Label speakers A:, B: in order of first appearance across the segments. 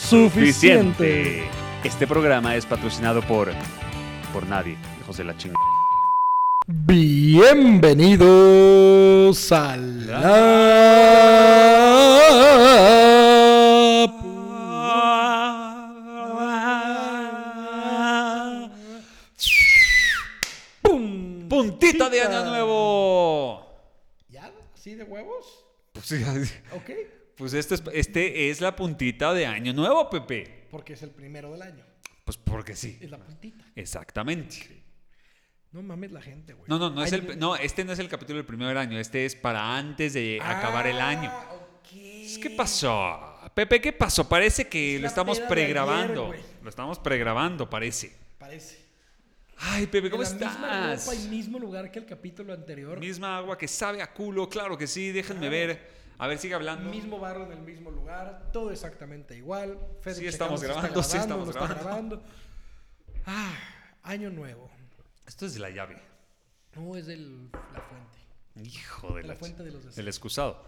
A: suficiente. Este programa es patrocinado por. por nadie, hijos de la chingada.
B: Bienvenidos a la
A: ¡Puntita de Año Nuevo!
B: ¿Ya? ¿Así de huevos?
A: Pues, sí,
B: Ok.
A: pues este, es, este es la puntita de Año Nuevo, Pepe.
B: Porque es el primero del año.
A: Pues porque sí.
B: Es la puntita.
A: Exactamente.
B: No mames la gente, güey.
A: No, no, no es
B: Ay,
A: el. No, este no es el capítulo del primer año. Este es para antes de
B: Ah,
A: acabar el año.
B: ok.
A: Pues, ¿Qué pasó? Pepe, ¿qué pasó? Parece que
B: Es
A: lo
B: la
A: estamos
B: peda de ayer,
A: pregrabando.
B: güey.
A: Lo estamos pregrabando, parece.
B: Parece.
A: Ay, Pepe, ¿cómo
B: En la misma
A: estás?
B: ropa y mismo lugar que el capítulo anterior.
A: Misma agua que sabe a culo, claro que sí, déjenme ver. A ver, sigue hablando.
B: Mismo barro en el mismo lugar, todo exactamente igual. Fede
A: Sí
B: checamos
A: estamos
B: si está
A: grabando, sí estamos
B: no está grabando. Ah, año nuevo.
A: Esto es de la llave.
B: No es de la fuente.
A: Hijo de
B: De
A: la,
B: la fuente de los deseos.
A: El excusado.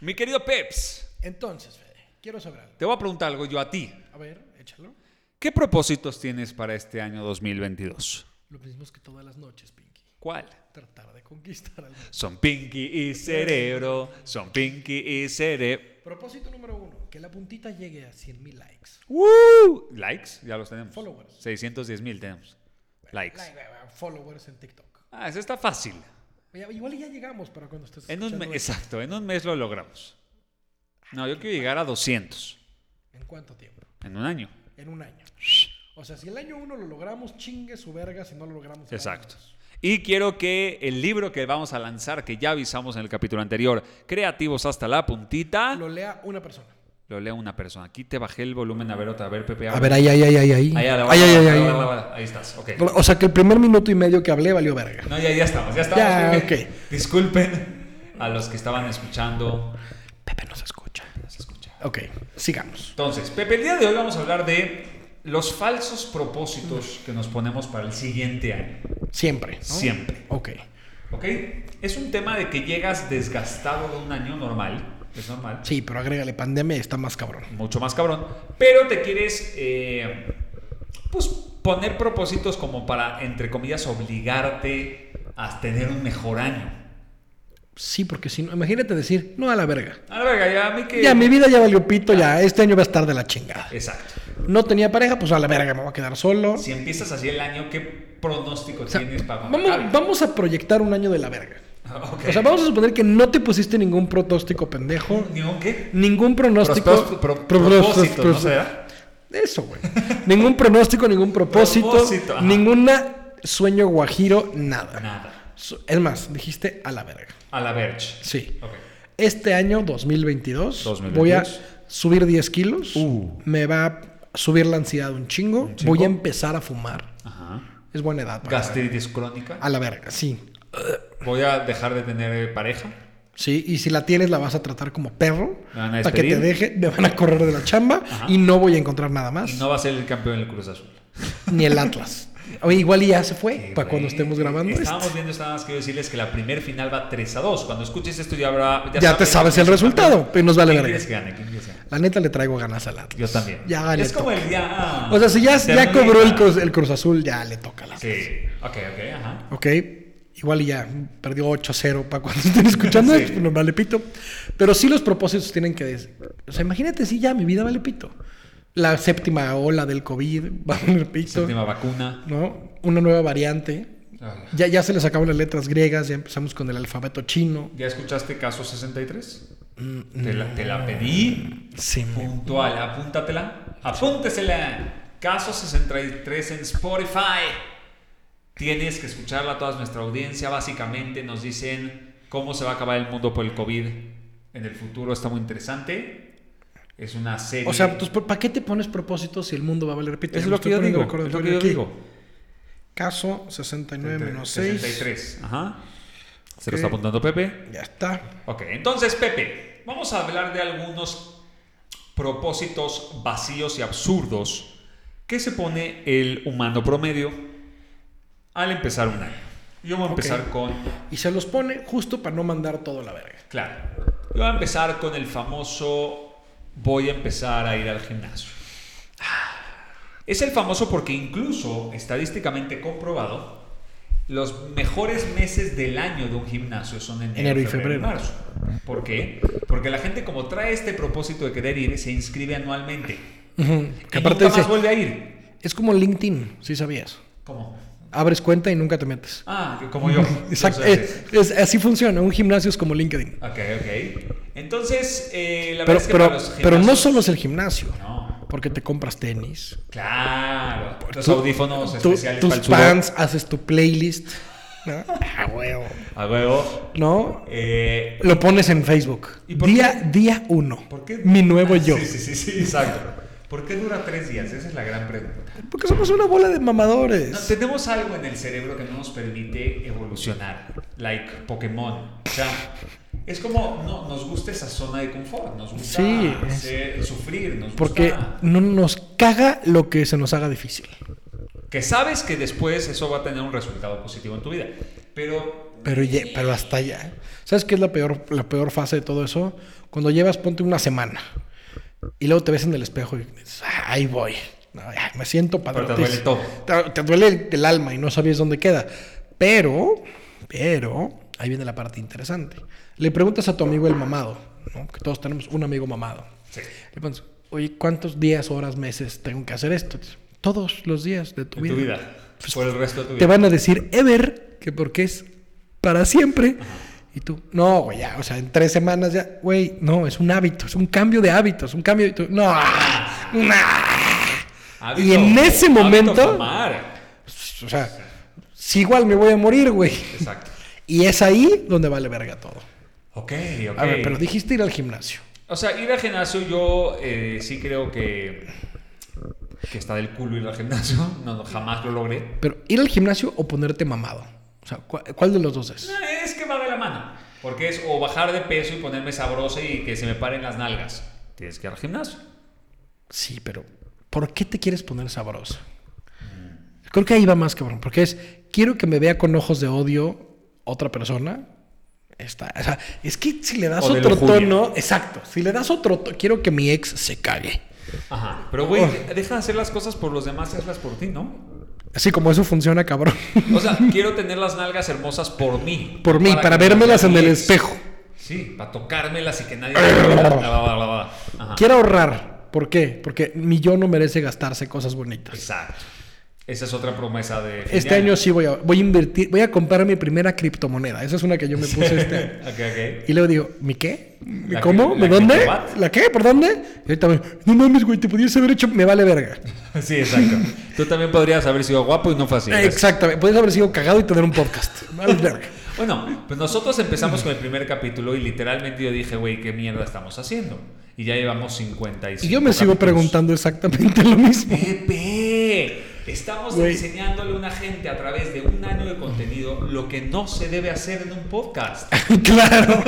A: Mi querido Peps,
B: Entonces, Fede, quiero saber algo.
A: te voy a preguntar algo yo a ti.
B: A ver, échalo.
A: ¿Qué propósitos tienes para este año 2022?
B: Lo mismo es que todas las noches, Pinky.
A: ¿Cuál?
B: Tratar de conquistar al mundo.
A: Son Pinky y Cerebro, son Pinky y Cerebro.
B: Propósito número uno, que la puntita llegue a 100 mil likes.
A: ¡Woo! Likes, ya los tenemos.
B: Followers.
A: 610 mil tenemos. Likes.
B: Like, eh, followers en TikTok.
A: Ah, eso está fácil.
B: Ya- Igual y ya llegamos para cuando estés
A: En un
B: escuchando
A: mes,
B: esto.
A: exacto, en un mes lo logramos. No, yo quiero llegar a 200
B: ¿En cuánto tiempo?
A: en un año.
B: En un año. O sea, si el año uno lo logramos, chingue su verga si no lo logramos. el
A: Exacto.
B: año dos.
A: Y quiero que el libro que vamos a lanzar, que ya avisamos en el capítulo anterior, Creativos hasta la puntita,
B: Lo lea una persona.
A: lo lea una persona. Aquí te bajé el volumen, a ver otra, a ver, Pepe.
B: A ver, ahí, ahí, ahí, ahí. Ahí,
A: Ahí, a la-
B: ahí,
A: a la-
B: ahí,
A: a
B: ahí.
A: la- a la- ahí estás, ok.
B: O sea, que el primer minuto y medio que hablé valió verga.
A: No, ya, ya estamos, ya estamos.
B: Ya,
A: Pepe. Disculpen a los que estaban escuchando.
B: Pepe nos escucha.
A: Se escucha.
B: Ok, sigamos.
A: Entonces, Pepe, el día de hoy vamos a hablar de los falsos propósitos que nos ponemos para el siguiente año.
B: Siempre. ¿no?
A: Siempre.
B: Ok.
A: ¿Ok? Es un tema de que llegas desgastado de un año normal. Es normal.
B: Sí, pero agrégale pandemia y está más cabrón.
A: Mucho más cabrón. Pero te quieres, eh, pues, poner propósitos como para, entre comillas, obligarte a tener un mejor año.
B: Sí, porque si no, imagínate decir, no a la verga.
A: A la verga, ya a mí que...
B: Ya, mi vida ya valió pito, ya. Este año va a estar de la chingada.
A: Exacto.
B: No tenía pareja, pues a la verga, me voy a quedar solo.
A: Si empiezas así el año, ¿qué pronóstico
B: O sea,
A: tienes para cuando
B: vamos,
A: acabe?
B: vamos a proyectar un año de la verga.
A: Ok.
B: O sea, vamos a suponer que no te pusiste ningún pronóstico pendejo.
A: ¿Ningún qué?
B: Ningún
A: Prostos-
B: pronóstico.
A: pro-
B: pro-
A: propósito,
B: pros-
A: ¿no será?
B: Eso, güey. ningún pronóstico, ningún propósito.
A: Propósito, ajá.
B: ninguna sueño guajiro, nada.
A: Nada.
B: So- Es más, dijiste a la verga.
A: A la verge.
B: Sí.
A: Ok.
B: Este año 2022,
A: 2022.
B: voy a subir 10 kilos.
A: Uh.
B: Me va a subir la ansiedad un chingo.
A: chingo?
B: Voy a empezar a fumar.
A: Ajá.
B: Es buena edad. para-
A: Gastritis crónica.
B: A la verga, sí.
A: Voy a dejar de tener eh, pareja.
B: Sí, y si la tienes la vas a tratar como perro
A: Me van a
B: para que te
A: despedir.
B: deje, me van a correr de la chamba y no voy a encontrar nada más,
A: Y no va a ser el campeón del Cruz Azul.
B: ni el Atlas. Oye, igual y ya se fue
A: Eh,
B: para cuando
A: güey,
B: estemos grabando esto.
A: Estábamos viendo, nada más quiero decirles que la primer final va 3 a 2. Cuando escuches esto ya habrá.
B: Ya te sabes el resultado, y nos vale
A: ¿Quién
B: verga.
A: quieres que gane? ¿Quién quieres que gane?
B: La neta le traigo ganas al Atlas.
A: Yo también.
B: Ya le
A: es como
B: toca.
A: el día. ah,
B: O sea, si ya, ya
A: Ternura.
B: cobró el cruz, el Cruz Azul, ya le toca al Atlas.
A: Sí. Ok, ok, ajá.
B: ¿Ok? Igual y ya perdió 8-0 para cuando estén escuchando
A: Sí.
B: esto, pues, nos vale pito. Pero sí los propósitos tienen que... des- O sea, imagínate si ya mi vida vale pito. La séptima ola del COVID va a valer pito.
A: Séptima vacuna.
B: ¿no? Una nueva variante.
A: Ah,
B: Ya, ya se les acaban las letras griegas, ya empezamos con el alfabeto chino.
A: ¿Ya escuchaste caso 63? Te la, te la pedí.
B: Sí, me-
A: Puntual, apúntatela. Apúntesela. Caso 63 en Spotify. Tienes que escucharla a toda nuestra audiencia. Básicamente nos dicen cómo se va a acabar el mundo por el COVID en el futuro. Está muy interesante. es una serie.
B: O sea, tus pro- ¿para qué te pones propósitos si el mundo va a valer pito?
A: pues, es
B: Ya me
A: lo que
B: estoy
A: yo
B: poniendo
A: digo. Es lo
B: recordatorio
A: que yo
B: aquí.
A: digo.
B: Caso 69 menos 6.
A: 63. Ajá. Se lo
B: Ok.
A: está apuntando Pepe.
B: Ya está.
A: Ok, entonces Pepe, vamos a hablar de algunos propósitos vacíos y absurdos que se pone el humano promedio al empezar un año. Yo voy a empezar
B: Ok.
A: con,
B: Y se los pone justo para no mandar todo a la verga.
A: claro, yo voy a empezar con el famoso voy a empezar a ir al gimnasio. Es el famoso porque incluso estadísticamente comprobado, los mejores meses del año de un gimnasio son enero,
B: Enero y febrero.
A: marzo. ¿Por qué? Porque la gente como trae este propósito de querer ir, se inscribe anualmente.
B: Que
A: Y nunca
B: aparte dice,
A: más vuelve a ir.
B: es como LinkedIn, si sabías.
A: ¿Cómo?
B: Abres cuenta y nunca te metes.
A: Ah, como yo.
B: Exacto.
A: O sea,
B: eh, es- así funciona. Un gimnasio es como LinkedIn.
A: Ok, ok. Entonces, eh, la
B: Pero,
A: verdad es que
B: pero,
A: para los
B: pero no
A: gimnasios-
B: solo es el gimnasio.
A: No,
B: Porque te compras tenis.
A: claro. Los
B: tu-
A: audífonos
B: tu-
A: especiales
B: tus
A: para el sudor.
B: pants, haces tu playlist. ¿No? Ah, huevo.
A: A huevo.
B: ¿No?
A: Eh,
B: Lo pones en Facebook.
A: ¿Y por
B: día, día uno.
A: ¿Por qué?
B: Mi nuevo
A: Ah,
B: yo.
A: Sí, sí, sí, sí, exacto. ¿Por qué dura tres días? Esa es la gran pregunta.
B: Porque somos una bola de mamadores.
A: No, tenemos algo en el cerebro que no nos permite evolucionar, like Pokémon. O sea, es como no, nos gusta esa zona de confort, nos gusta
B: Sí, es-
A: hacer- sufrir, nos
B: Porque
A: gusta...
B: no nos caga lo que se nos haga difícil.
A: Que sabes que después eso va a tener un resultado positivo en tu vida, pero...
B: Pero, ye- pero hasta allá. ¿Sabes qué es la peor, la peor fase de todo eso? Cuando llevas, ponte una semana. Y luego te ves en el espejo y dices, "Ah, ahí voy. No, ya, me siento padre.
A: Pero te duele todo.
B: Te, te duele el, el alma y no sabes dónde queda. Pero, pero, ahí viene la parte interesante. Le preguntas a tu amigo el mamado, ¿no? que todos tenemos un amigo mamado.
A: Sí.
B: Le pones, oye, ¿cuántos días, horas, meses tengo que hacer esto? Dice, Todos los días de tu
A: En
B: vida. Pues
A: tu vida, por el resto de tu vida.
B: Te van a decir ever, que porque es para siempre. Y tú, no, güey, ya, o sea, en tres semanas ya, güey, no, es un hábito, es un cambio de hábitos, un cambio de... tú, no, no.
A: Hábito-
B: y en ese
A: hábito
B: momento-
A: fumar.
B: O sea, si igual me voy a morir, güey.
A: Exacto.
B: Y es ahí donde vale verga todo.
A: Ok, ok.
B: A ver, pero dijiste ir al gimnasio.
A: O sea, ir al gimnasio yo eh, sí creo que, que está del culo ir al gimnasio. No, no, jamás lo logré.
B: Pero ir al gimnasio o ponerte mamado. O sea, ¿cuál, cuál de los dos es?
A: No, Es que va de la mano. Porque es o bajar de peso y ponerme sabroso y que se me paren las nalgas. Tienes que ir al gimnasio.
B: Sí, pero ¿por qué te quieres poner sabroso? Creo que ahí va más, cabrón, porque es, quiero que me vea con ojos de odio otra persona. Está, o sea, es que si le das
A: O de
B: otro
A: lujuria.
B: tono, exacto, si le das otro tono, quiero que mi ex se cague.
A: Ajá. Pero, güey,
B: Oh.
A: de- deja de hacer las cosas por los demás y hazlas por ti, ¿no?
B: Así como eso funciona, cabrón.
A: O sea, quiero tener las nalgas hermosas por mí.
B: Por mí, para,
A: que me
B: vérmelas en
A: vean
B: el
A: bien.
B: espejo.
A: Sí, para tocármelas y que nadie... Ajá.
B: Quiero ahorrar. ¿Por qué? Porque mi yo no merece gastarse cosas bonitas.
A: Exacto. Esa es otra promesa de... fin
B: Este
A: de
B: año sí voy a, voy a invertir, voy a comprar mi primera criptomoneda. Esa es una que yo me puse este año.
A: Ok, ok.
B: Y luego digo, ¿mi qué? ¿Mi
A: La
B: cómo?
A: que-
B: ¿De
A: la
B: dónde?
A: criptobat.
B: ¿La qué? ¿Por dónde? Y ahorita me, no mames, güey, te podías haber hecho, me vale verga.
A: Sí, exacto. Tú también podrías haber sido guapo y no fácil.
B: Exactamente, podías haber sido cagado y tener un podcast. Me vale verga.
A: Bueno, pues nosotros empezamos con el primer capítulo y literalmente yo dije, güey, ¿qué mierda estamos haciendo? Y ya llevamos 55.
B: Y yo me sigo
A: capítulos.
B: preguntando exactamente lo mismo.
A: Pepe, estamos
B: Güey.
A: enseñándole a una gente a través de un año de contenido lo que no se debe hacer en un podcast.
B: claro.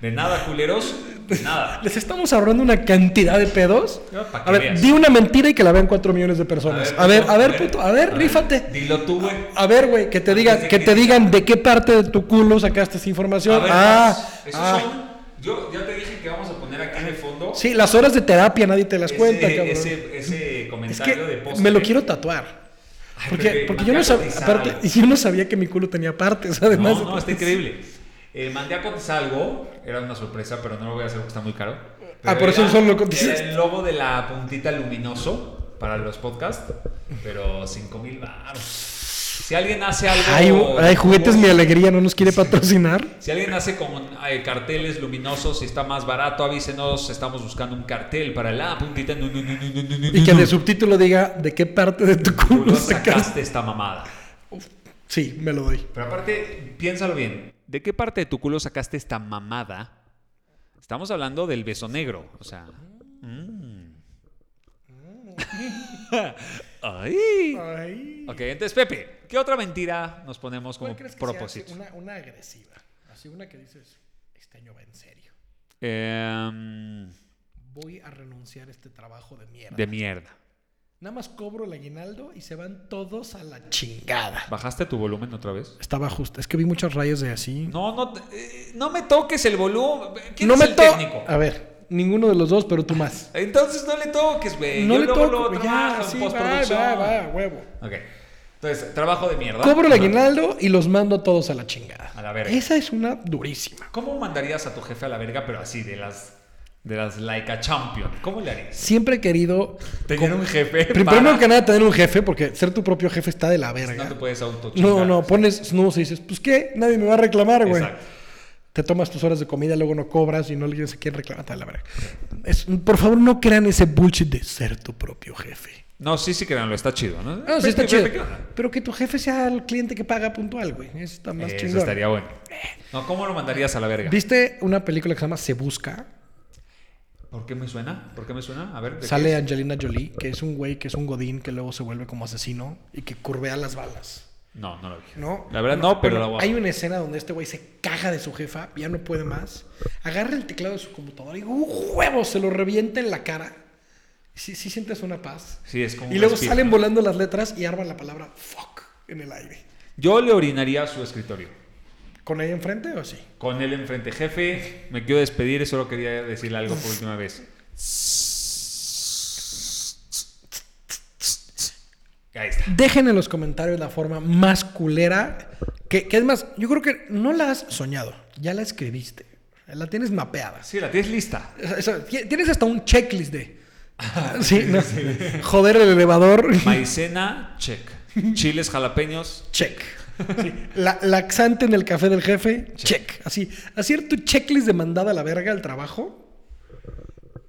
A: De nada, culeros, de nada.
B: Les estamos ahorrando una cantidad de pedos.
A: No, pa' que
B: A ver,
A: veas.
B: di una mentira y que la vean cuatro millones de personas. A ver, a ver, puto, a ver, rífate.
A: Dilo tú, güey.
B: A ver, güey, que te digan,
A: Antes de
B: que
A: que-
B: te digan de qué parte de tu culo sacaste esa información.
A: A ver,
B: ah,
A: Max, esos
B: ah.
A: son- Yo ya te dije que vamos a poner aquí en el fondo
B: Sí, las horas de terapia nadie te las
A: ese,
B: cuenta, cabrón.
A: ese- ese
B: Es
A: comentario de
B: que
A: postre.
B: me lo quiero tatuar.
A: Ay,
B: Porque,
A: Pepe,
B: porque yo, no
A: mandé a
B: sabía,
A: cotizar
B: aparte,
A: algo.
B: yo no sabía que mi culo tenía partes, además.
A: No, no, está increíble. El mandé a cotizar algo, era una sorpresa, pero no lo voy a hacer porque está muy caro.
B: Ah,
A: Pero
B: por eso
A: era-
B: solo lo cotizaste.
A: era el logo de la puntita luminoso para los podcasts, pero 5 mil baros. Si alguien hace algo.
B: Ay, u- ay, juguetes, mi alegría, no nos quiere patrocinar.
A: Si alguien hace con eh, carteles luminosos y está más barato, avísenos. Estamos buscando un cartel para la puntita. nu- nu- nu- nu- nu- nu- nu-
B: Y que
A: nu-
B: de subtítulo diga de qué parte de tu
A: nu-
B: culo
A: nu-
B: sacaste.
A: sacaste esta mamada.
B: Sí, me lo doy.
A: Pero aparte, piénsalo bien. ¿De qué parte de tu culo sacaste esta mamada? Estamos hablando del beso negro. O sea, Mm. Ay.
B: Ay.
A: Ok, entonces, Pepe, ¿qué otra mentira nos ponemos como
B: ¿Cuál crees que sea
A: propósito?
B: así, una, una agresiva. Así una que dices, este año va en serio.
A: Em,
B: Voy a renunciar a este trabajo de mierda.
A: de mierda.
B: Nada más cobro el aguinaldo y se van todos a la chingada.
A: ¿Bajaste tu volumen otra vez?
B: Estaba justo. Es que vi muchas rayas de así.
A: No, no, te- eh, no me toques el volumen. ¿Quién
B: No
A: es
B: me
A: el
B: to- Ah.
A: técnico?
B: A ver, ninguno de los dos, pero tú más.
A: Entonces no le toques, güey. Eh,
B: no
A: Yo
B: le
A: luego
B: toco.
A: lo
B: ya,
A: trabajo en
B: sí, va,
A: postproducción.
B: va, va, huevo.
A: Ok. Entonces, trabajo de mierda.
B: Cobro el aguinaldo y los mando a todos a la chingada.
A: A la verga.
B: Esa es una durísima.
A: ¿Cómo mandarías a tu jefe a la verga, pero así, de las, de las like a champion? ¿Cómo le harías?
B: Siempre he querido.
A: Tener
B: como-
A: un jefe.
B: Primero
A: para-
B: que nada, tener un jefe, porque ser tu propio jefe está de la
A: No te
B: verga.
A: puedes auto
B: No, no, pones snooze y dices, pues qué, nadie me va a reclamar, güey.
A: Exacto.
B: Te tomas tus horas de comida, luego no cobras y no le a quién reclamar, está de la verga. Es- por favor, no crean ese bullshit de ser tu propio jefe.
A: No, sí, sí, créanlo, está chido, ¿no?
B: Ah, sí, está
A: Pepe,
B: chido.
A: Pepe, ¿qué onda?
B: Pero que tu jefe sea el cliente que paga puntual, güey. Eso está más
A: Eso
B: chingón.
A: estaría bueno. No, ¿cómo lo mandarías a la verga?
B: ¿Viste una película que se llama Se Busca?
A: ¿Por qué me suena? ¿Por qué me suena? A ver. ¿de qué
B: Sale
A: es?
B: Angelina Jolie, que es un güey que es un godín que luego se vuelve como asesino y que curvea las balas.
A: No, no lo dije.
B: ¿No?
A: La verdad, no, pero
B: Bueno,
A: la voy a-
B: Hay una escena donde este güey se caga de su jefa, ya no puede más. Agarra el teclado de su computadora y ¡uh, huevo! Se lo revienta en la cara. Sí, sí sientes una paz.
A: Sí, es como
B: Y
A: un
B: luego
A: respiro,
B: salen
A: ¿no?
B: volando las letras y arman la palabra fuck en el aire.
A: Yo le orinaría a su escritorio.
B: ¿Con ella enfrente o sí?
A: Con él enfrente, jefe. Me quiero despedir, solo quería decirle algo por última vez. Ahí está.
B: Dejen en los comentarios la forma más culera. Que, que es más, yo creo que no la has soñado, ya la escribiste. La tienes mapeada.
A: Sí, la tienes lista.
B: O sea, ti- tienes hasta un checklist de. Sí, no. Joder el elevador.
A: Maicena, check. Chiles jalapeños,
B: Check. Sí. La- laxante en el café del jefe. Check. Así. Hacer tu checklist de mandada a la verga al trabajo.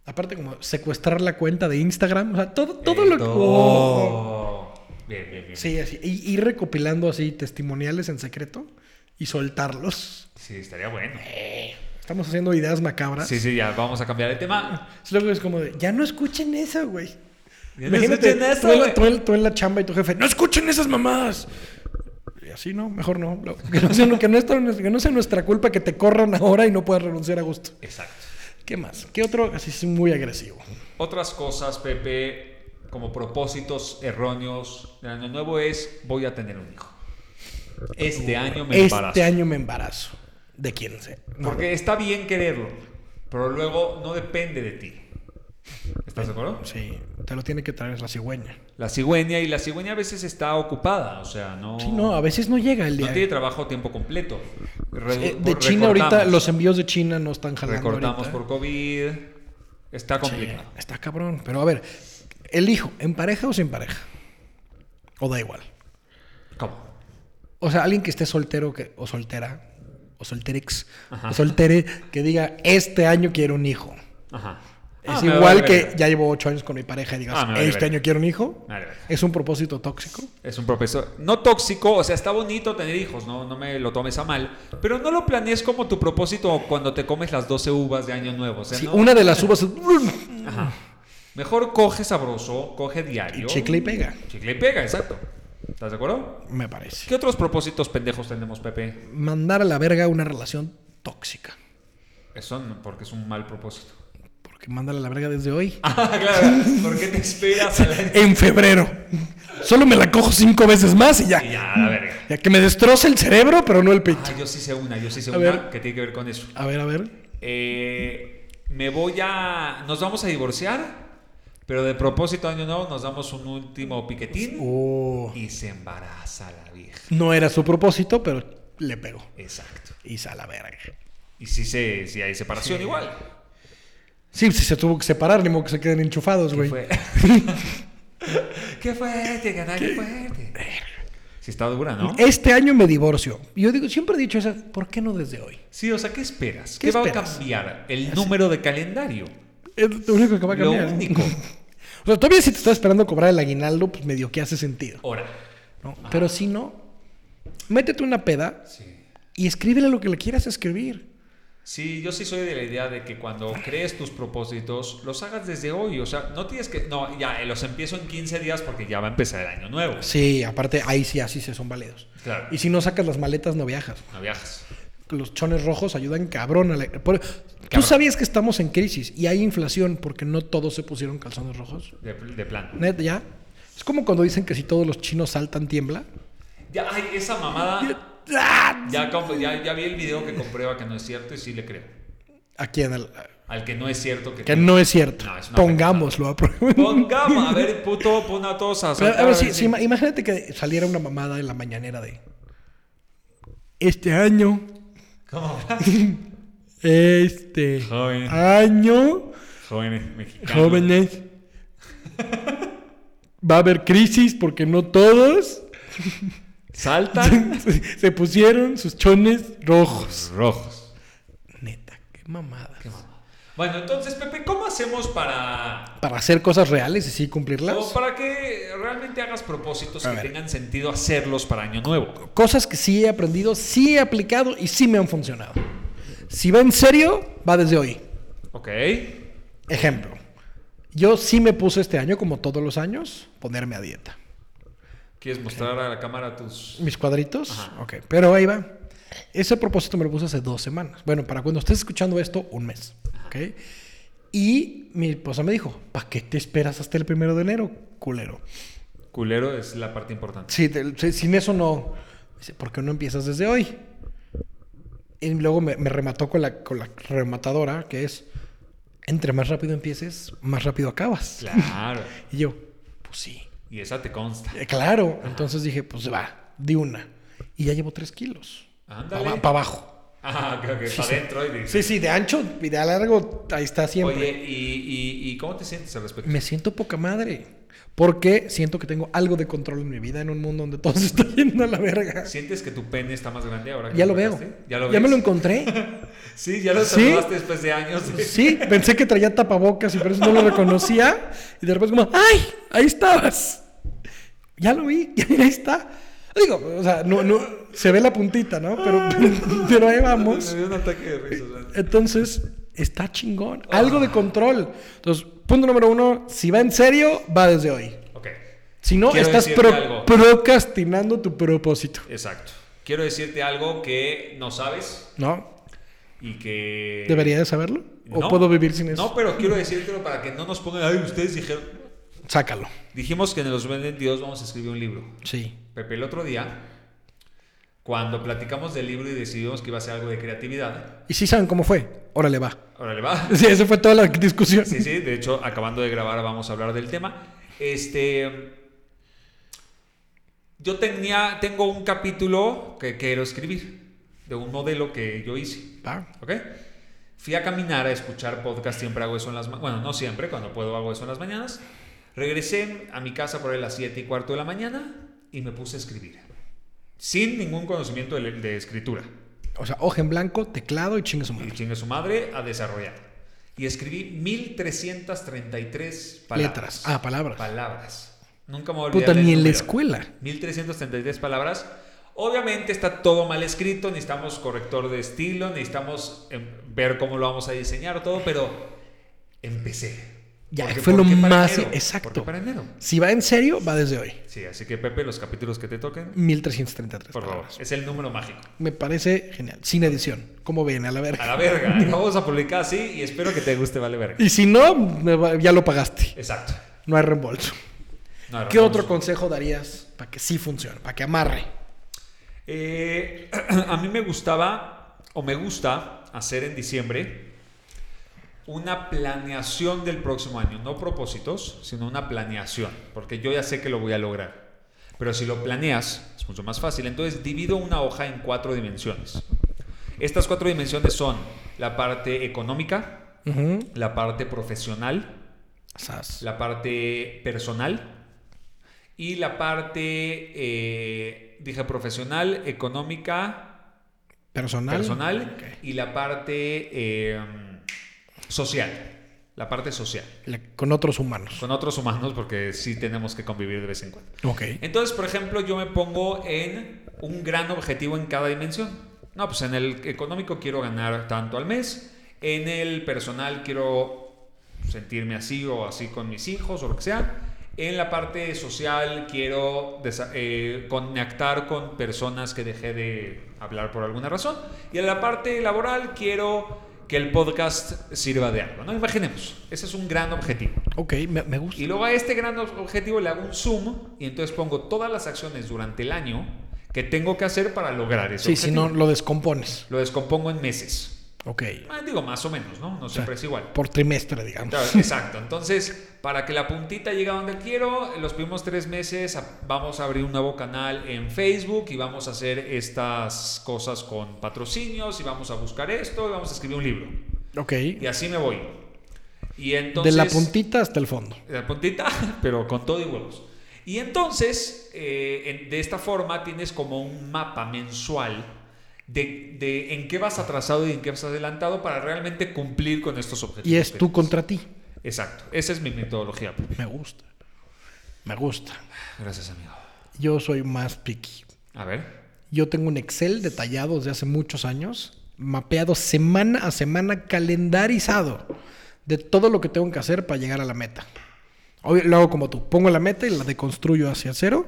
B: Aparte, como secuestrar la cuenta de Instagram. O sea, todo, todo lo que.
A: Oh. Bien, bien, bien.
B: Sí, así. Y ir recopilando así testimoniales en secreto y soltarlos.
A: Sí, estaría bueno. Eh.
B: Estamos haciendo ideas macabras.
A: Sí, sí, ya vamos a cambiar el tema.
B: Luego es como de, ya no escuchen eso, güey.
A: Ya no
B: Imagínate,
A: escuchen eso,
B: tú, en la-
A: güey.
B: tú en- tú en la chamba y tu jefe, no escuchen esas mamadas. Y así no, mejor no. Lo- Que no, sea, que no está- que no sea nuestra culpa que te corran ahora y no puedas renunciar a gusto.
A: Exacto.
B: ¿Qué más? ¿Qué otro? Así es muy agresivo.
A: Otras cosas, Pepe, como propósitos erróneos del año nuevo es voy a tener un hijo. Este año me
B: este
A: embarazo.
B: año me embarazo. ¿De quién sé? No.
A: Porque está bien quererlo, pero luego no depende de ti. ¿Estás de acuerdo?
B: Sí, te lo tiene que traer la cigüeña.
A: La cigüeña y la cigüeña a veces está ocupada, o sea, no,
B: Sí, no, a veces no llega el
A: no
B: día.
A: tiene trabajo a tiempo completo. Re-
B: Eh, de
A: por-
B: China ahorita,
A: recortamos.
B: los envíos de China no están jalando
A: recortamos
B: ahorita.
A: por COVID. Está complicado.
B: Sí, está cabrón. Pero a ver, elijo, ¿en pareja o sin pareja? O da igual.
A: ¿Cómo?
B: O sea, alguien que esté soltero que, o soltera, o solterex, o soltere, que diga, este año quiero un hijo.
A: Ajá.
B: Es
A: Ah, me
B: igual
A: vale
B: que
A: verga.
B: ya llevo ocho años con mi pareja y digas,
A: Ah, me vale
B: este
A: verga.
B: año quiero un hijo.
A: Me vale verga.
B: Es un propósito tóxico.
A: Es un profesor. No tóxico, o sea, está bonito tener hijos, no, no me lo tomes a mal. Pero no lo planees como tu propósito cuando te comes las 12 uvas de Año Nuevo. O sea,
B: Sí,
A: no-
B: Una de las uvas es...
A: Ajá. Mejor coge sabroso, coge diario.
B: Y chicle y pega.
A: Chicle y pega, exacto. ¿Estás de acuerdo?
B: me parece.
A: ¿Qué otros propósitos pendejos tenemos, Pepe?
B: Mandar a la verga una relación tóxica.
A: Eso no, Eh, porque es un mal propósito.
B: Porque mandar a la verga desde hoy.
A: Ah, claro. ¿Por qué te esperas a la...
B: En febrero. Solo me la cojo cinco veces más y ya.
A: Y ya, a la verga.
B: Ya que me destroce el cerebro, pero no el pito.
A: Ah, yo sí sé una, yo sí sé
B: A
A: una
B: ver.
A: que tiene que ver con eso.
B: A ver, a ver.
A: Eh, me voy a. Nos vamos a divorciar, pero de propósito, año nuevo, nos damos un último piquetín
B: Oh.
A: y se embaraza la vieja.
B: No era su propósito, pero le pegó.
A: Exacto.
B: Y se a la verga.
A: Y si, se, si hay separación,
B: Sí.
A: igual.
B: Sí, sí se tuvo que separar, ni modo que se queden enchufados, güey.
A: Fue- qué fuerte, canal, qué fuerte. Si está dura, ¿no?
B: Este año me divorcio. Y Yo digo, siempre he dicho eso, ¿por qué no desde hoy?
A: Sí, o sea, ¿qué esperas? ¿Qué,
B: ¿Qué
A: va a
B: esperas?
A: cambiar? El número de calendario.
B: Es lo único que va a
A: Lo
B: cambiar.
A: único.
B: O sea, todavía si te estás esperando cobrar el aguinaldo, pues medio que hace sentido.
A: Hora.
B: ¿no? Pero si no, métete una peda
A: Sí.
B: y escríbele lo que le quieras escribir.
A: Sí, yo sí soy de la idea de que cuando crees tus propósitos, los hagas desde hoy. O sea, no tienes que. No, ya, eh, los empiezo en 15 días porque ya va a empezar el año nuevo.
B: Sí, aparte ahí sí, así se son válidos.
A: Claro.
B: Y si no sacas las maletas, no viajas.
A: No viajas.
B: Los chones rojos ayudan cabrón a la... por- e- Tú
A: Cabrón.
B: sabías que estamos en crisis y hay inflación porque no todos se pusieron calzones rojos.
A: De, de plan.
B: Net, ya. Es como cuando dicen que si todos los chinos saltan, tiembla.
A: Ya, ay, esa mamada.
B: ¡Ah!
A: Ya, comp- ya, ya vi el video que comprueba que no es cierto y sí le creo.
B: Aquí en el...
A: Al que no es cierto que.
B: Que no es cierto.
A: No, es una
B: Pongámoslo a prueba.
A: Pongamos, a ver, puto, pon a todos a
B: Pero,
A: saltar,
B: a ver,
A: a
B: sí,
A: ver
B: sí,
A: si-
B: ima- imagínate que saliera una mamada en la mañanera de... Este año...
A: ¿Cómo?
B: Este
A: Joven.
B: año...
A: Jóvenes mexicanos.
B: Jóvenes. Va a haber crisis porque no todos
A: Saltan.
B: se pusieron sus chones rojos.
A: Rojos.
B: Neta, qué mamada.
A: Bueno, entonces, Pepe, ¿cómo hacemos para
B: Para hacer cosas reales y sí cumplirlas.
A: O para que realmente hagas propósitos
B: A
A: que
B: ver.
A: tengan sentido hacerlos para Año Nuevo.
B: Cosas que sí he aprendido, sí he aplicado y sí me han funcionado. Si va en serio, va desde hoy.
A: Ok.
B: Ejemplo. Yo sí me puse este año, como todos los años, ponerme a dieta.
A: ¿Quieres mostrar a la cámara tus.?
B: Mis cuadritos. Ok, pero ahí va. Ese propósito me lo puse hace dos semanas. Bueno, para cuando estés escuchando esto, un mes. Ok. Y mi esposa me dijo, ¿para qué te esperas hasta el primero de enero, culero?
A: Culero es la parte importante.
B: Sí, del- sí, sin eso no. Dice, ¿por qué no empiezas desde hoy? Y luego me, me remató con la, con la rematadora, que es, entre más rápido empieces, más rápido acabas.
A: Claro.
B: Y yo, pues sí.
A: Y esa te consta.
B: Eh, Claro. Entonces dije, pues va, di una. Y ya llevo tres kilos.
A: Ándale.
B: Para abajo.
A: Ah, creo que
B: Sí,
A: para
B: sí.
A: adentro. Y dices,
B: Sí, sí, de ancho y de largo, ahí está siempre.
A: Oye, ¿y, y, y cómo te sientes al respecto?
B: Me siento poca madre. Porque siento que tengo algo de control en mi vida en un mundo donde todo se está yendo a la verga.
A: ¿Sientes que tu pene está más grande ahora? que
B: ya lo veo.
A: cortaste? Ya lo
B: me
A: ves?
B: lo encontré.
A: Sí, ya lo
B: ¿Sí?
A: saludaste después de años.
B: Sí, pensé que traía tapabocas y por eso no lo reconocía. Y de repente como, ¡ay! Ahí estabas. Ya lo vi, ahí está. Digo, o sea, no, no, se ve la puntita, ¿no? Pero, pero ahí vamos.
A: Me dio un ataque de risa. ¿verdad?
B: Entonces, está chingón.
A: Ah.
B: Algo de control. Entonces, punto número uno, si va en serio, va desde hoy.
A: Ok.
B: Si no,
A: Quiero
B: estás
A: decirte
B: pro-
A: algo.
B: procrastinando tu propósito,
A: Exacto. Quiero decirte algo que no sabes
B: ¿no?
A: y que.
B: ¿Debería de saberlo? ¿O
A: No.
B: puedo vivir sin eso?
A: No, pero quiero decírtelo para que no nos pongan. Ay, ustedes dijeron.
B: Sácalo.
A: Dijimos que en los venden Dios vamos a escribir un libro.
B: Sí.
A: Pepe, el otro día, cuando platicamos del libro y decidimos que iba a ser algo de creatividad,
B: Y si saben cómo fue, órale va.
A: ahora le va.
B: Sí, esa fue toda la discusión.
A: Sí, sí, de hecho, acabando de grabar vamos a hablar del tema. Este. Yo tenía, tengo un capítulo que quiero escribir de un modelo que yo hice.
B: Va.
A: ¿Ok? Fui a caminar a escuchar podcast, siempre hago eso en las mañanas. Bueno, no siempre, cuando puedo hago eso en las mañanas. Regresé a mi casa por ahí a las 7 y cuarto de la mañana y me puse a escribir. Sin ningún conocimiento de, de escritura.
B: O sea, hoja en blanco, teclado y chingue su
A: Y
B: madre.
A: chingue su madre a desarrollar. Y escribí 1333 palabras.
B: Letras. Ah, palabras.
A: Palabras. Nunca me voy a olvidar
B: Puta,
A: del
B: ni en la
A: número.
B: escuela.
A: 1333 palabras. Obviamente está todo mal escrito, necesitamos corrector de estilo, necesitamos em, ver cómo lo vamos a diseñar, todo, pero empecé.
B: Ya,
A: Porque-
B: fue lo
A: porque para
B: más...
A: enero, porque
B: Exacto.
A: para enero.
B: Si va en serio, va desde hoy.
A: Sí, así que Pepe, los capítulos que te toquen,
B: 1333.
A: por favor,
B: palabras.
A: es el número mágico.
B: Me parece genial. Sin edición. Como ven, a la verga.
A: A la verga, lo vamos a publicar así y espero que te guste, vale verga.
B: Y si no, me va- ya lo pagaste.
A: Exacto.
B: No hay reembolso.
A: No, no,
B: ¿Qué
A: no,
B: otro
A: no.
B: consejo darías para que sí funcione, para que amarre?
A: Eh, a mí me gustaba o me gusta hacer en diciembre una planeación del próximo año, no propósitos, sino una planeación, porque yo ya sé que lo voy a lograr. Pero si lo planeas, es mucho más fácil. Entonces divido una hoja en cuatro dimensiones. Estas cuatro dimensiones son la parte económica, la parte profesional,
B: Sas.
A: la parte personal y la parte, eh, dije, profesional, económica,
B: Personal.
A: personal
B: Ok.
A: y la parte eh, social. La parte social.
B: La- con otros humanos.
A: Con otros humanos porque sí tenemos que convivir de vez en cuando.
B: Ok.
A: Entonces, por ejemplo, yo me pongo en un gran objetivo en cada dimensión. No, pues en el económico quiero ganar tanto al mes, en el personal quiero sentirme así o así con mis hijos o lo que sea. En la parte social quiero desa- eh, conectar con personas que dejé de hablar por alguna razón. Y en la parte laboral quiero que el podcast sirva de algo. ¿no? Imaginemos, ese es un gran objetivo.
B: Ok, me, me gusta.
A: Y luego a este gran objetivo le hago un zoom y entonces pongo todas las acciones durante el año que tengo que hacer para lograr eso.
B: Sí, si no, lo descompones.
A: Lo descompongo en meses.
B: Ok.
A: Ah, digo, más o menos, ¿no? No siempre es igual.
B: Por trimestre, digamos.
A: Claro, exacto. Entonces, para que la puntita llegue a donde quiero, en los primeros tres meses a- vamos a abrir un nuevo canal en Facebook y vamos a hacer estas cosas con patrocinios y vamos a buscar esto y vamos a escribir un libro.
B: Ok.
A: Y así me voy. Y
B: de
A: entonces...
B: la puntita hasta el fondo.
A: de la puntita, pero con todo y huevos. Y entonces, eh, en- de esta forma, tienes como un mapa mensual de, de en qué vas atrasado y en qué vas adelantado para realmente cumplir con estos objetivos.
B: Y es
A: que
B: tú
A: tienes.
B: contra ti.
A: Exacto. Esa es mi metodología.
B: Me gusta. Me gusta.
A: Gracias, amigo.
B: Yo soy más picky.
A: A ver.
B: Yo tengo un Excel detallado desde hace muchos años, mapeado semana a semana, calendarizado de todo lo que tengo que hacer para llegar a la meta. Obvio, lo hago como tú, pongo la meta y la deconstruyo hacia cero.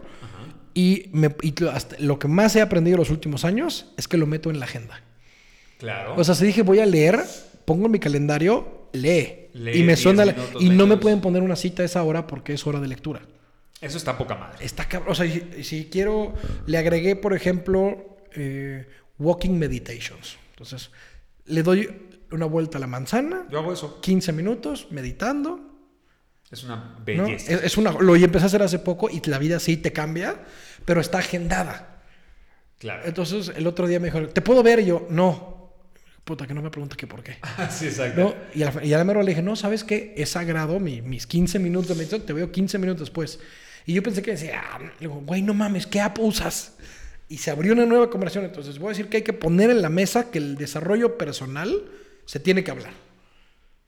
B: Y, me- y lo- hasta- lo que más he aprendido los últimos años es que lo meto en la agenda.
A: Claro.
B: O sea, si dije voy a leer, pongo en mi calendario, lee.
A: Lee
B: y me
A: 10
B: suena la-
A: minutos,
B: y no me
A: menos.
B: pueden poner una cita a esa hora porque es hora de lectura.
A: Eso está poca madre.
B: Está cabrón. O sea, si, si quiero, le agregué, por ejemplo, eh, Walking Meditations. Entonces, le doy una vuelta a la manzana,
A: Yo hago eso.
B: 15 minutos meditando.
A: Es una
B: ¿no?
A: belleza.
B: Es, es una, lo y empecé a hacer hace poco y la vida sí te cambia, pero está agendada.
A: Claro.
B: Entonces, el otro día me dijo, ¿te puedo ver? Y yo, no. Puta, que no me pregunte que por qué.
A: sí, exacto.
B: ¿no? Y, a la, y a la mera hora le dije, no, ¿sabes qué? Es sagrado mi- mis 15 minutos de meditación, te veo 15 minutos después. Y yo pensé que decía, ah, le digo, güey, no mames, ¿qué app usas? Y se abrió una nueva conversación. Entonces voy a decir que hay que poner en la mesa que el desarrollo personal se tiene que hablar.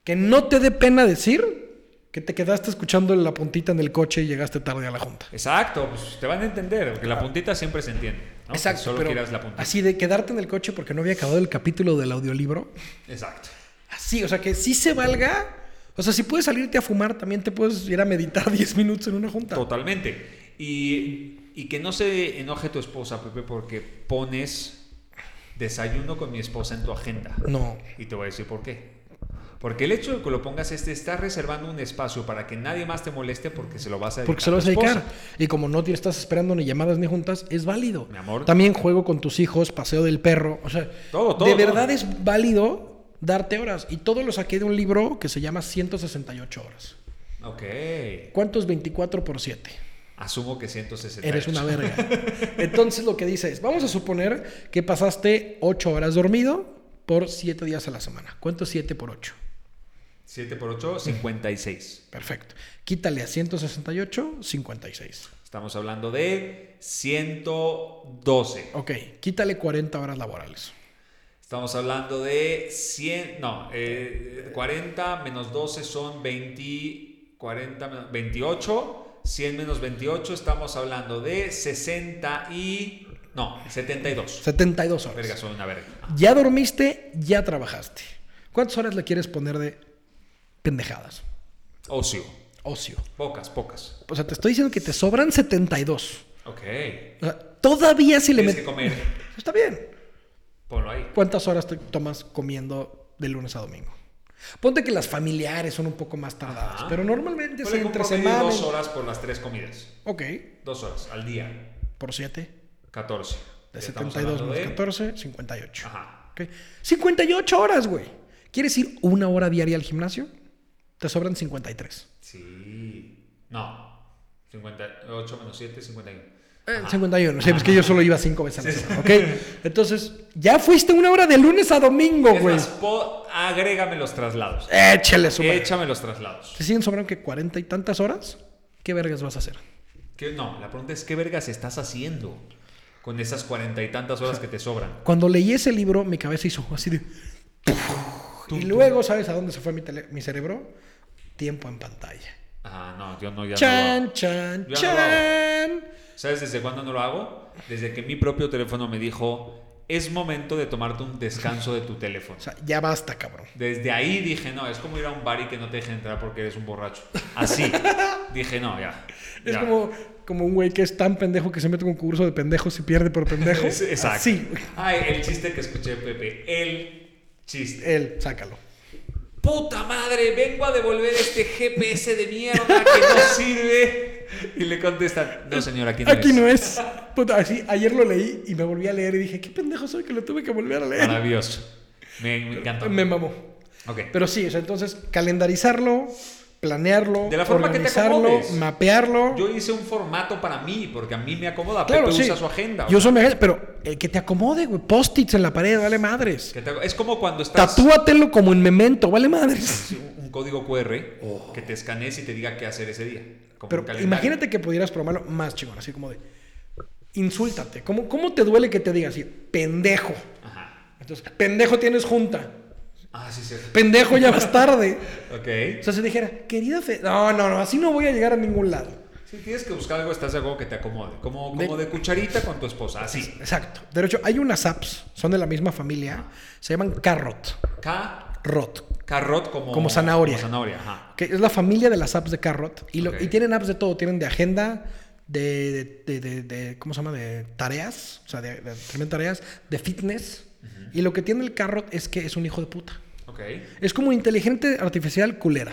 B: Que no te dé pena decir que te quedaste escuchando la puntita en el coche y llegaste tarde a la junta.
A: Exacto. Pues te van a entender, porque la puntita siempre se entiende. ¿no?
B: Exacto,
A: Solo
B: pero
A: quieras la puntita.
B: así de quedarte en el coche porque no había acabado el capítulo del audiolibro.
A: Exacto.
B: Así, o sea, que sí se valga. O sea, si puedes salirte a fumar, también te puedes ir a meditar 10 minutos en una junta.
A: Totalmente. Y, y que no se enoje tu esposa, Pepe, porque pones desayuno con mi esposa en tu agenda.
B: No.
A: Y te voy a decir por qué. Porque el hecho de que lo pongas este, estás reservando un espacio para que nadie más te moleste porque se lo vas a dedicar.
B: Porque se lo
A: a
B: vas a
A: tu esposa.
B: dedicar. Y como no te estás esperando ni llamadas ni juntas, es válido.
A: Mi amor.
B: También juego con tus hijos, paseo del perro. O sea,
A: Todo, todo,
B: de
A: todo.
B: verdad es válido darte horas. Y todo lo saqué de un libro que se llama 168 horas.
A: Ok.
B: ¿Cuánto es 24 por 7?
A: Asumo que 160.
B: Eres una verga. Entonces lo que dice es, vamos a suponer que pasaste 8 horas dormido por 7 días a la semana. ¿Cuánto es 7 por 8?
A: 7 por 8, 56.
B: Perfecto. Quítale a 168, 56.
A: Estamos hablando de 112.
B: Ok, quítale 40 horas laborales.
A: Estamos hablando de 100, no, eh, 40 menos 12 son 20, 40, menos- 28, 100 menos 28, estamos hablando de 60 y, no, 72.
B: 72 horas.
A: Verga, soy una verga.
B: Ya dormiste, ya trabajaste. ¿Cuántas horas le quieres poner de pendejadas?
A: Ocio,
B: Ocio.
A: pocas, pocas.
B: O sea, te estoy diciendo que te sobran 72.
A: Ok.
B: O sea, todavía si le
A: Tienes que
B: metes...
A: comer,
B: Está bien.
A: ponlo ahí.
B: ¿Cuántas horas te tomas comiendo de lunes a domingo? Ponte que las familiares son un poco más tardadas,
A: Ajá.
B: pero normalmente es
A: Ponle que un
B: entre
A: promedio de
B: semana.
A: dos
B: y-
A: horas por las tres comidas.
B: Ok,
A: Dos horas al día,
B: por 7.
A: 14.
B: De
A: Ya estamos
B: 72
A: hablando
B: más
A: de- Ah.
B: 14, 58.
A: Ajá.
B: Ok. 58 horas, güey. ¿Quieres ir una hora diaria al gimnasio? Te sobran 53.
A: Sí. No. 58 menos 7, 51.
B: Eh, 51, sí, es que yo solo iba 5 veces a la semana, ¿ok? Entonces, ya fuiste una hora de lunes a domingo,
A: Es
B: güey. Eh,
A: más, po- agrégame los traslados.
B: Échale su madre.
A: Échame los traslados.
B: ¿Te siguen sobrando que 40 y tantas horas? ¿Qué vergas vas a hacer?
A: Que No, la pregunta es: ¿qué vergas estás haciendo con esas cuarenta y tantas horas que te sobran?
B: Cuando leí ese libro, mi cabeza hizo así de...
A: Tum,
B: y
A: tum.
B: luego, ¿sabes a dónde se fue mi, tele- mi cerebro? Tiempo en pantalla.
A: Ah, no, yo no, ya no. lo
B: Chan,
A: hago. Ya no
B: chan,
A: lo hago.
B: chan.
A: ¿Sabes desde cuándo no lo hago? Desde que mi propio teléfono me dijo: es momento de tomarte un descanso de tu teléfono.
B: O sea, ya basta, cabrón.
A: Desde ahí dije, no, es como ir a un bar y que no te dejen entrar porque eres un borracho. Así. dije, no, ya.
B: Es
A: ya.
B: como, como un güey que es tan pendejo que se mete en un curso de pendejos y pierde por pendejo.
A: Es- Exacto.
B: Sí,
A: Ay, el chiste que escuché, Pepe. El chiste.
B: él, sácalo.
A: ¡Puta madre! Vengo a devolver este GPS de mierda que no sirve. Y le contestan, no señor, aquí no
B: Aquí
A: es.
B: no es. Puta, así, ayer lo leí y me volví a leer y dije, qué pendejo soy que lo tuve que volver a leer.
A: Maravilloso. Me, me encantó.
B: Me mamó.
A: Ok.
B: Pero sí, o sea, entonces calendarizarlo, planearlo,
A: De la forma que te
B: organizarlo,
A: acomodes.
B: mapearlo.
A: Yo hice un formato para mí, porque a mí me acomoda.
B: claro,
A: Pepe
B: sí.
A: usa su agenda.
B: Yo soy mi agenda, pero el que te acomode, güey. Post-its en la pared, vale madres.
A: Que te- es como cuando estás...
B: Tatúatelo como en memento, vale madres.
A: Sí, un un código QR que te escanees y te diga qué hacer ese día. como
B: Oh. Pero
A: un calendario.
B: imagínate que pudieras programarlo más chingón, así como de. Insúltate. ¿Cómo, cómo te duele que te diga así? Pendejo.
A: Ajá.
B: Entonces, pendejo tienes junta.
A: Ah, sí, sí.
B: Pendejo ya vas tarde. O
A: Ok.
B: sea, si dijera, querida Fe. No, no, no, así no voy a llegar a ningún lado.
A: Si tienes que buscar algo, estás de algo que te acomode. Como,
B: De-
A: como de cucharita con tu esposa. Así.
B: Exacto. Derecho, hay unas apps, son de la misma familia, se llaman Carrot.
A: Ca-
B: Rot.
A: carrot como...
B: Como zanahoria.
A: Como zanahoria, ajá.
B: Que es la familia de las apps de Carrot. Y, lo-
A: Ok.
B: y tienen apps de todo. Tienen de agenda, de, de, de- de- de- ¿Cómo se llama? De tareas. O sea, de, de- también tareas. De fitness. Y lo que tiene el Carrot es que es un hijo de puta.
A: Ok.
B: Es como inteligente artificial culera.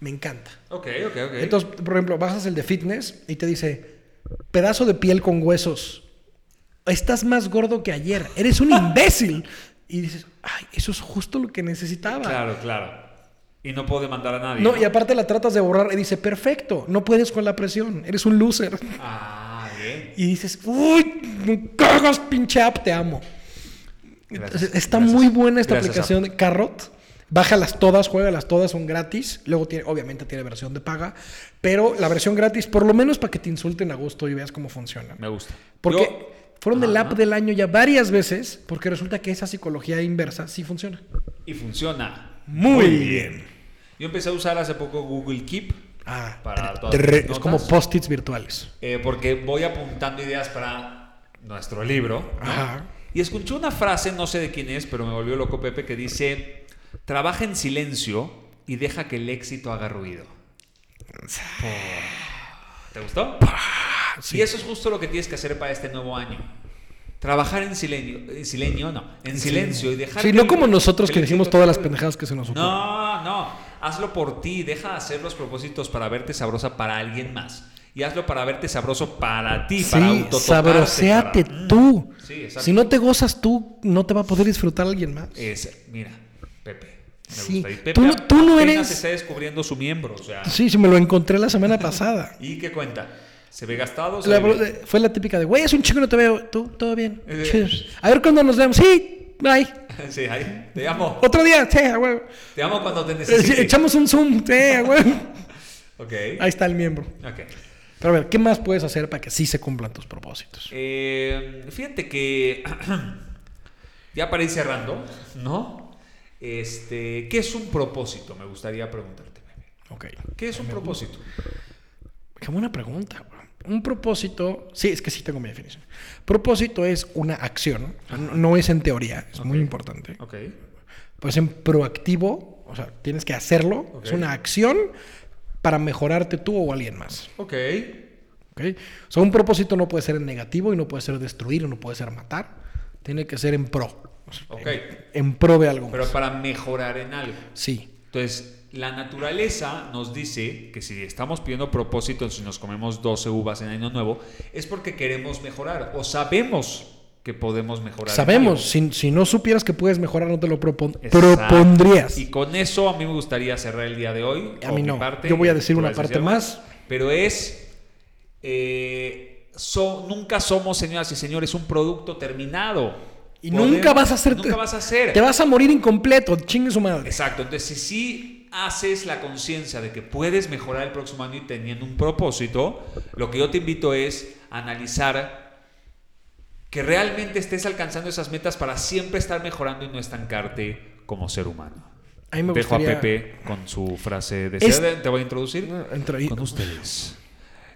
B: Me encanta.
A: Ok, ok, ok.
B: Entonces, por ejemplo, bajas el de fitness y te dice, pedazo de piel con huesos, estás más gordo que ayer, eres un imbécil. Y dices, ay, eso es justo lo que necesitaba.
A: Claro, claro. Y no puedo demandar a nadie.
B: No, y aparte la tratas de borrar y dice, perfecto, no puedes con la presión, eres un loser.
A: Ah, bien.
B: Y dices, uy, me cagas, pinche app, te amo.
A: Gracias,
B: Entonces, está
A: gracias.
B: muy buena esta
A: Gracias,
B: aplicación de Carrot. Bájalas todas, juégalas todas, son gratis. Luego tiene, obviamente tiene versión de paga, pero la versión gratis, por lo menos para que te insulten a gusto y veas cómo funciona.
A: Me gusta.
B: Porque
A: Yo-
B: fueron del
A: Ajá.
B: app del año ya varias veces, porque resulta que esa psicología inversa sí funciona.
A: Y funciona.
B: Muy bien.
A: Yo empecé a usar hace poco Google Keep.
B: Ah,
A: Para
B: tre-
A: todas tus
B: tre- es
A: notas.
B: como post-its virtuales.
A: eh, porque voy apuntando ideas para nuestro libro. ¿no?
B: Ajá.
A: Y escuché una frase, no sé de quién es, pero me volvió loco Pepe, que dice, trabaja en silencio y deja que el éxito haga ruido. Oh. ¿Te gustó?
B: Ah. Sí.
A: Y eso es justo lo que tienes que hacer para este nuevo año. Trabajar en silencio, en silencio no, en silencio y dejar...
B: Sí,
A: que
B: no
A: el-
B: como nosotros que
A: el
B: decimos
A: éxito
B: todas
A: haga
B: las
A: ruido.
B: pendejadas que se nos ocurren.
A: No, no. Hazlo por ti. Deja de hacer los propósitos para verte sabrosa para alguien más. Y hazlo para verte sabroso para ti, para
B: Sí,
A: autotocarte,
B: sabroséate
A: para- Mm.
B: tú.
A: Sí, exacto.
B: si no te gozas tú, no te va a poder disfrutar alguien más.
A: Es- mira, Pepe. Me
B: Sí,
A: gusta. Y Pepe
B: tú no- tú no
A: apenas
B: eres-
A: está descubriendo su miembro, o sea.
B: Sí, sí, me lo encontré la semana pasada.
A: ¿Y qué cuenta? ¿Se ve gastado? se
B: La-
A: ve bien?
B: fue la típica de, güey, es un chico, no te veo. Tú, todo bien.
A: Eh.
B: Cheers. A ver cuándo nos vemos. Sí, bye.
A: Sí, ahí. Te amo.
B: Otro día, sí, a huevo.
A: Te amo cuando te
B: Sí,
A: necesite.
B: Echamos un zoom, sí, a huevo.
A: Ok.
B: Ahí está el miembro.
A: Ok.
B: Pero a ver, ¿qué más puedes hacer para que sí se cumplan tus propósitos?
A: Eh, fíjate que ya para ir cerrando, ¿no? Este, ¿qué es un propósito? Me gustaría preguntarte. Pepe.
B: Ok.
A: ¿Qué es un propósito?
B: Qué buena pregunta, güey. Un propósito, sí, es que sí tengo mi definición. Propósito es una acción, o sea, no, no es en teoría, es muy importante.
A: Ok.
B: Pues en proactivo, o sea, tienes que hacerlo, es
A: Ok.
B: una acción para mejorarte tú o alguien más.
A: Ok.
B: ¿ok? O sea, un propósito no puede ser en negativo y no puede ser destruir, no puede ser matar, tiene que ser en pro. o sea,
A: Ok.
B: En, en pro de algo.
A: Pero
B: más.
A: para mejorar en algo.
B: Sí.
A: Entonces, la naturaleza nos dice que si estamos pidiendo propósitos, si nos comemos 12 uvas en año nuevo, es porque queremos mejorar o sabemos que podemos mejorar. en algo.
B: Sabemos, si, si no supieras que puedes mejorar, no te lo propon-
A: Exacto.
B: propondrías.
A: Y con eso a mí me gustaría cerrar el día de hoy.
B: A
A: por
B: mí
A: mi
B: no. Yo voy a decir
A: ¿Tú
B: una
A: vas a decir
B: parte
A: algo?
B: más.
A: Pero es. eh, so- nunca somos, señoras y señores, un producto terminado.
B: Y nunca vas a hacer.
A: Nunca vas a hacer.
B: Te vas a morir incompleto, chingue su madre.
A: Exacto. Entonces, si sí haces la conciencia de que puedes mejorar el próximo año y teniendo un propósito, lo que yo te invito es a analizar que realmente estés alcanzando esas metas para siempre estar mejorando y no estancarte como ser humano.
B: A mí me
A: Dejo
B: gustaría-
A: a Pepe con su frase de
B: Es-
A: cierre. Te voy a introducir
B: Entra ahí.
A: con ustedes.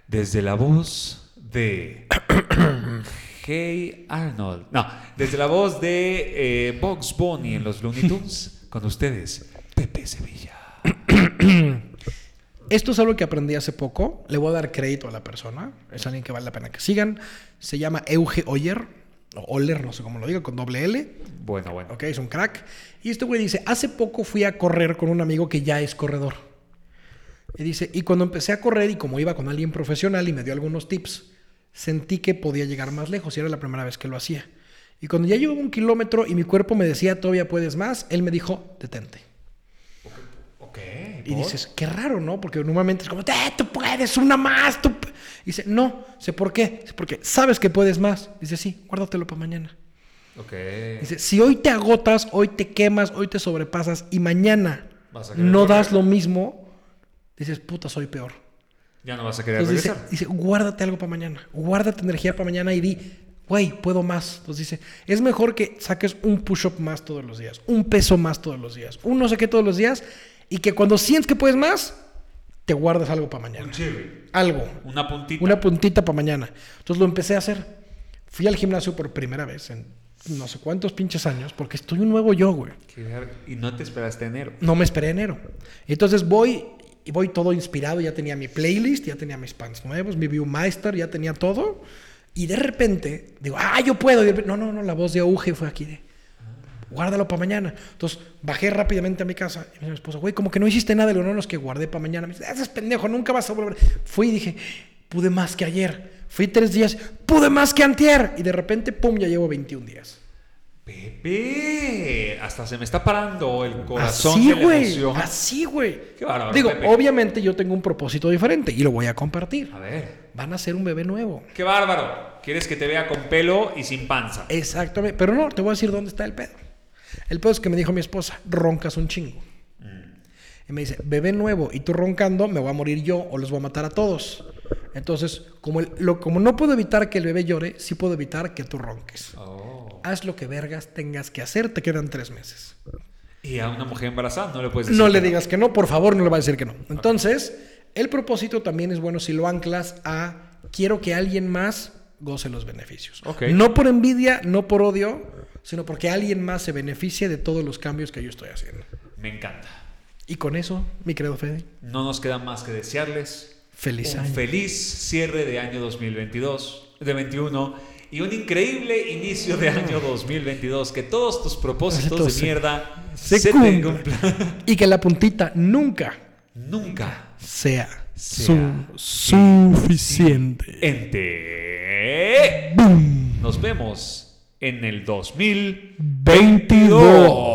A: Desde la voz de Hey Arnold. No, desde la voz de eh, Box Bunny en los Looney Tunes, con ustedes, Pepe Sevilla.
B: Esto es algo que aprendí hace poco. Le voy a dar crédito a la persona. Es alguien que vale la pena que sigan. Se llama Euge Oyer. O Oller, no sé cómo lo digo, con doble L.
A: Bueno, bueno.
B: Ok, es un crack. Y este güey dice, hace poco fui a correr con un amigo que ya es corredor. Y dice, y cuando empecé a correr y como iba con alguien profesional y me dio algunos tips, sentí que podía llegar más lejos y era la primera vez que lo hacía. Y cuando ya llevaba un kilómetro y mi cuerpo me decía, todavía puedes más, él me dijo, detente.
A: Ok.
B: Y dices, qué raro, ¿no? Porque normalmente es como, "Eh, tú puedes, una más. Tú... p-". Y dice, no, sé por qué. Dice, porque sabes que puedes más. Dice, sí, guárdatelo para mañana.
A: Ok.
B: Dice, si hoy te agotas, hoy te quemas, hoy te sobrepasas y mañana
A: Vas a querer
B: no
A: correr.
B: das lo mismo, dices, puta, soy peor.
A: Ya no vas a querer
B: Entonces dice,
A: regresar.
B: dice, guárdate algo para mañana, guárdate energía para mañana y di, güey, puedo más. Entonces dice, es mejor que saques un push-up más todos los días, un peso más todos los días, un no sé qué todos los días y que cuando sientes que puedes más, te guardas algo para mañana.
A: Un cherry.
B: Algo,
A: Una puntita.
B: una puntita para mañana. Entonces lo empecé a hacer. Fui al gimnasio por primera vez en no sé cuántos pinches años, porque estoy un nuevo yo, güey.
A: Qué verga. Y no te esperaste enero.
B: No me esperé enero. Entonces voy y voy todo inspirado, ya tenía mi playlist, ya tenía mis pants nuevos, mi Viewmaster, ya tenía todo. Y de repente digo, ah, yo puedo. Y de repente, no, no, no, la voz de Auge fue aquí de, guárdalo para mañana. Entonces bajé rápidamente a mi casa y me dice mi esposa, güey, como que no hiciste nada de lo no, no, es que guardé para mañana. Me dice, ese es pendejo, nunca vas a volver. Fui y dije, pude más que ayer. Fui tres días, pude más que antier. Y de repente, pum, ya llevo 21 días.
A: Pepe, hasta se me está parando el corazón
B: así,
A: de la
B: güey.
A: emoción.
B: Así, güey.
A: Qué bárbaro,
B: Digo,
A: Pepe.
B: obviamente yo tengo un propósito diferente y lo voy a compartir.
A: A ver,
B: Van a ser un bebé nuevo.
A: qué bárbaro. Quieres que te vea con pelo y sin panza.
B: Exactamente. Pero no, te voy a decir dónde está el pedo. El pedo es que me dijo mi esposa, roncas un chingo.
A: Mm.
B: Y me dice, bebé nuevo y tú roncando, me voy a morir yo o los voy a matar a todos. Entonces, como, el- lo, como no puedo evitar que el bebé llore, sí puedo evitar que tú ronques.
A: Oh.
B: Haz lo que vergas tengas que hacer, te quedan tres meses.
A: Y a una mujer embarazada no le puedes decir.
B: No le
A: que
B: digas que no, por favor, no le va a decir que no. Entonces, el propósito también es bueno si lo anclas a quiero que alguien más goce los beneficios.
A: Ok.
B: No por envidia, no por odio, sino porque alguien más se beneficie de todos los cambios que yo estoy haciendo.
A: Me encanta.
B: Y con eso, mi querido Fede,
A: No nos queda más que desearles
B: feliz
A: un
B: año.
A: feliz cierre de año 2022, de 21 y un increíble inicio de año 2022. Que todos tus propósitos de
B: Se-
A: mierda
B: se
A: te
B: cumpla.
A: cumplan.
B: y que la puntita nunca
A: Nunca
B: sea,
A: Sea Eh,
B: su- suficiente.
A: ente. Nos vemos en el 2022.
B: 22.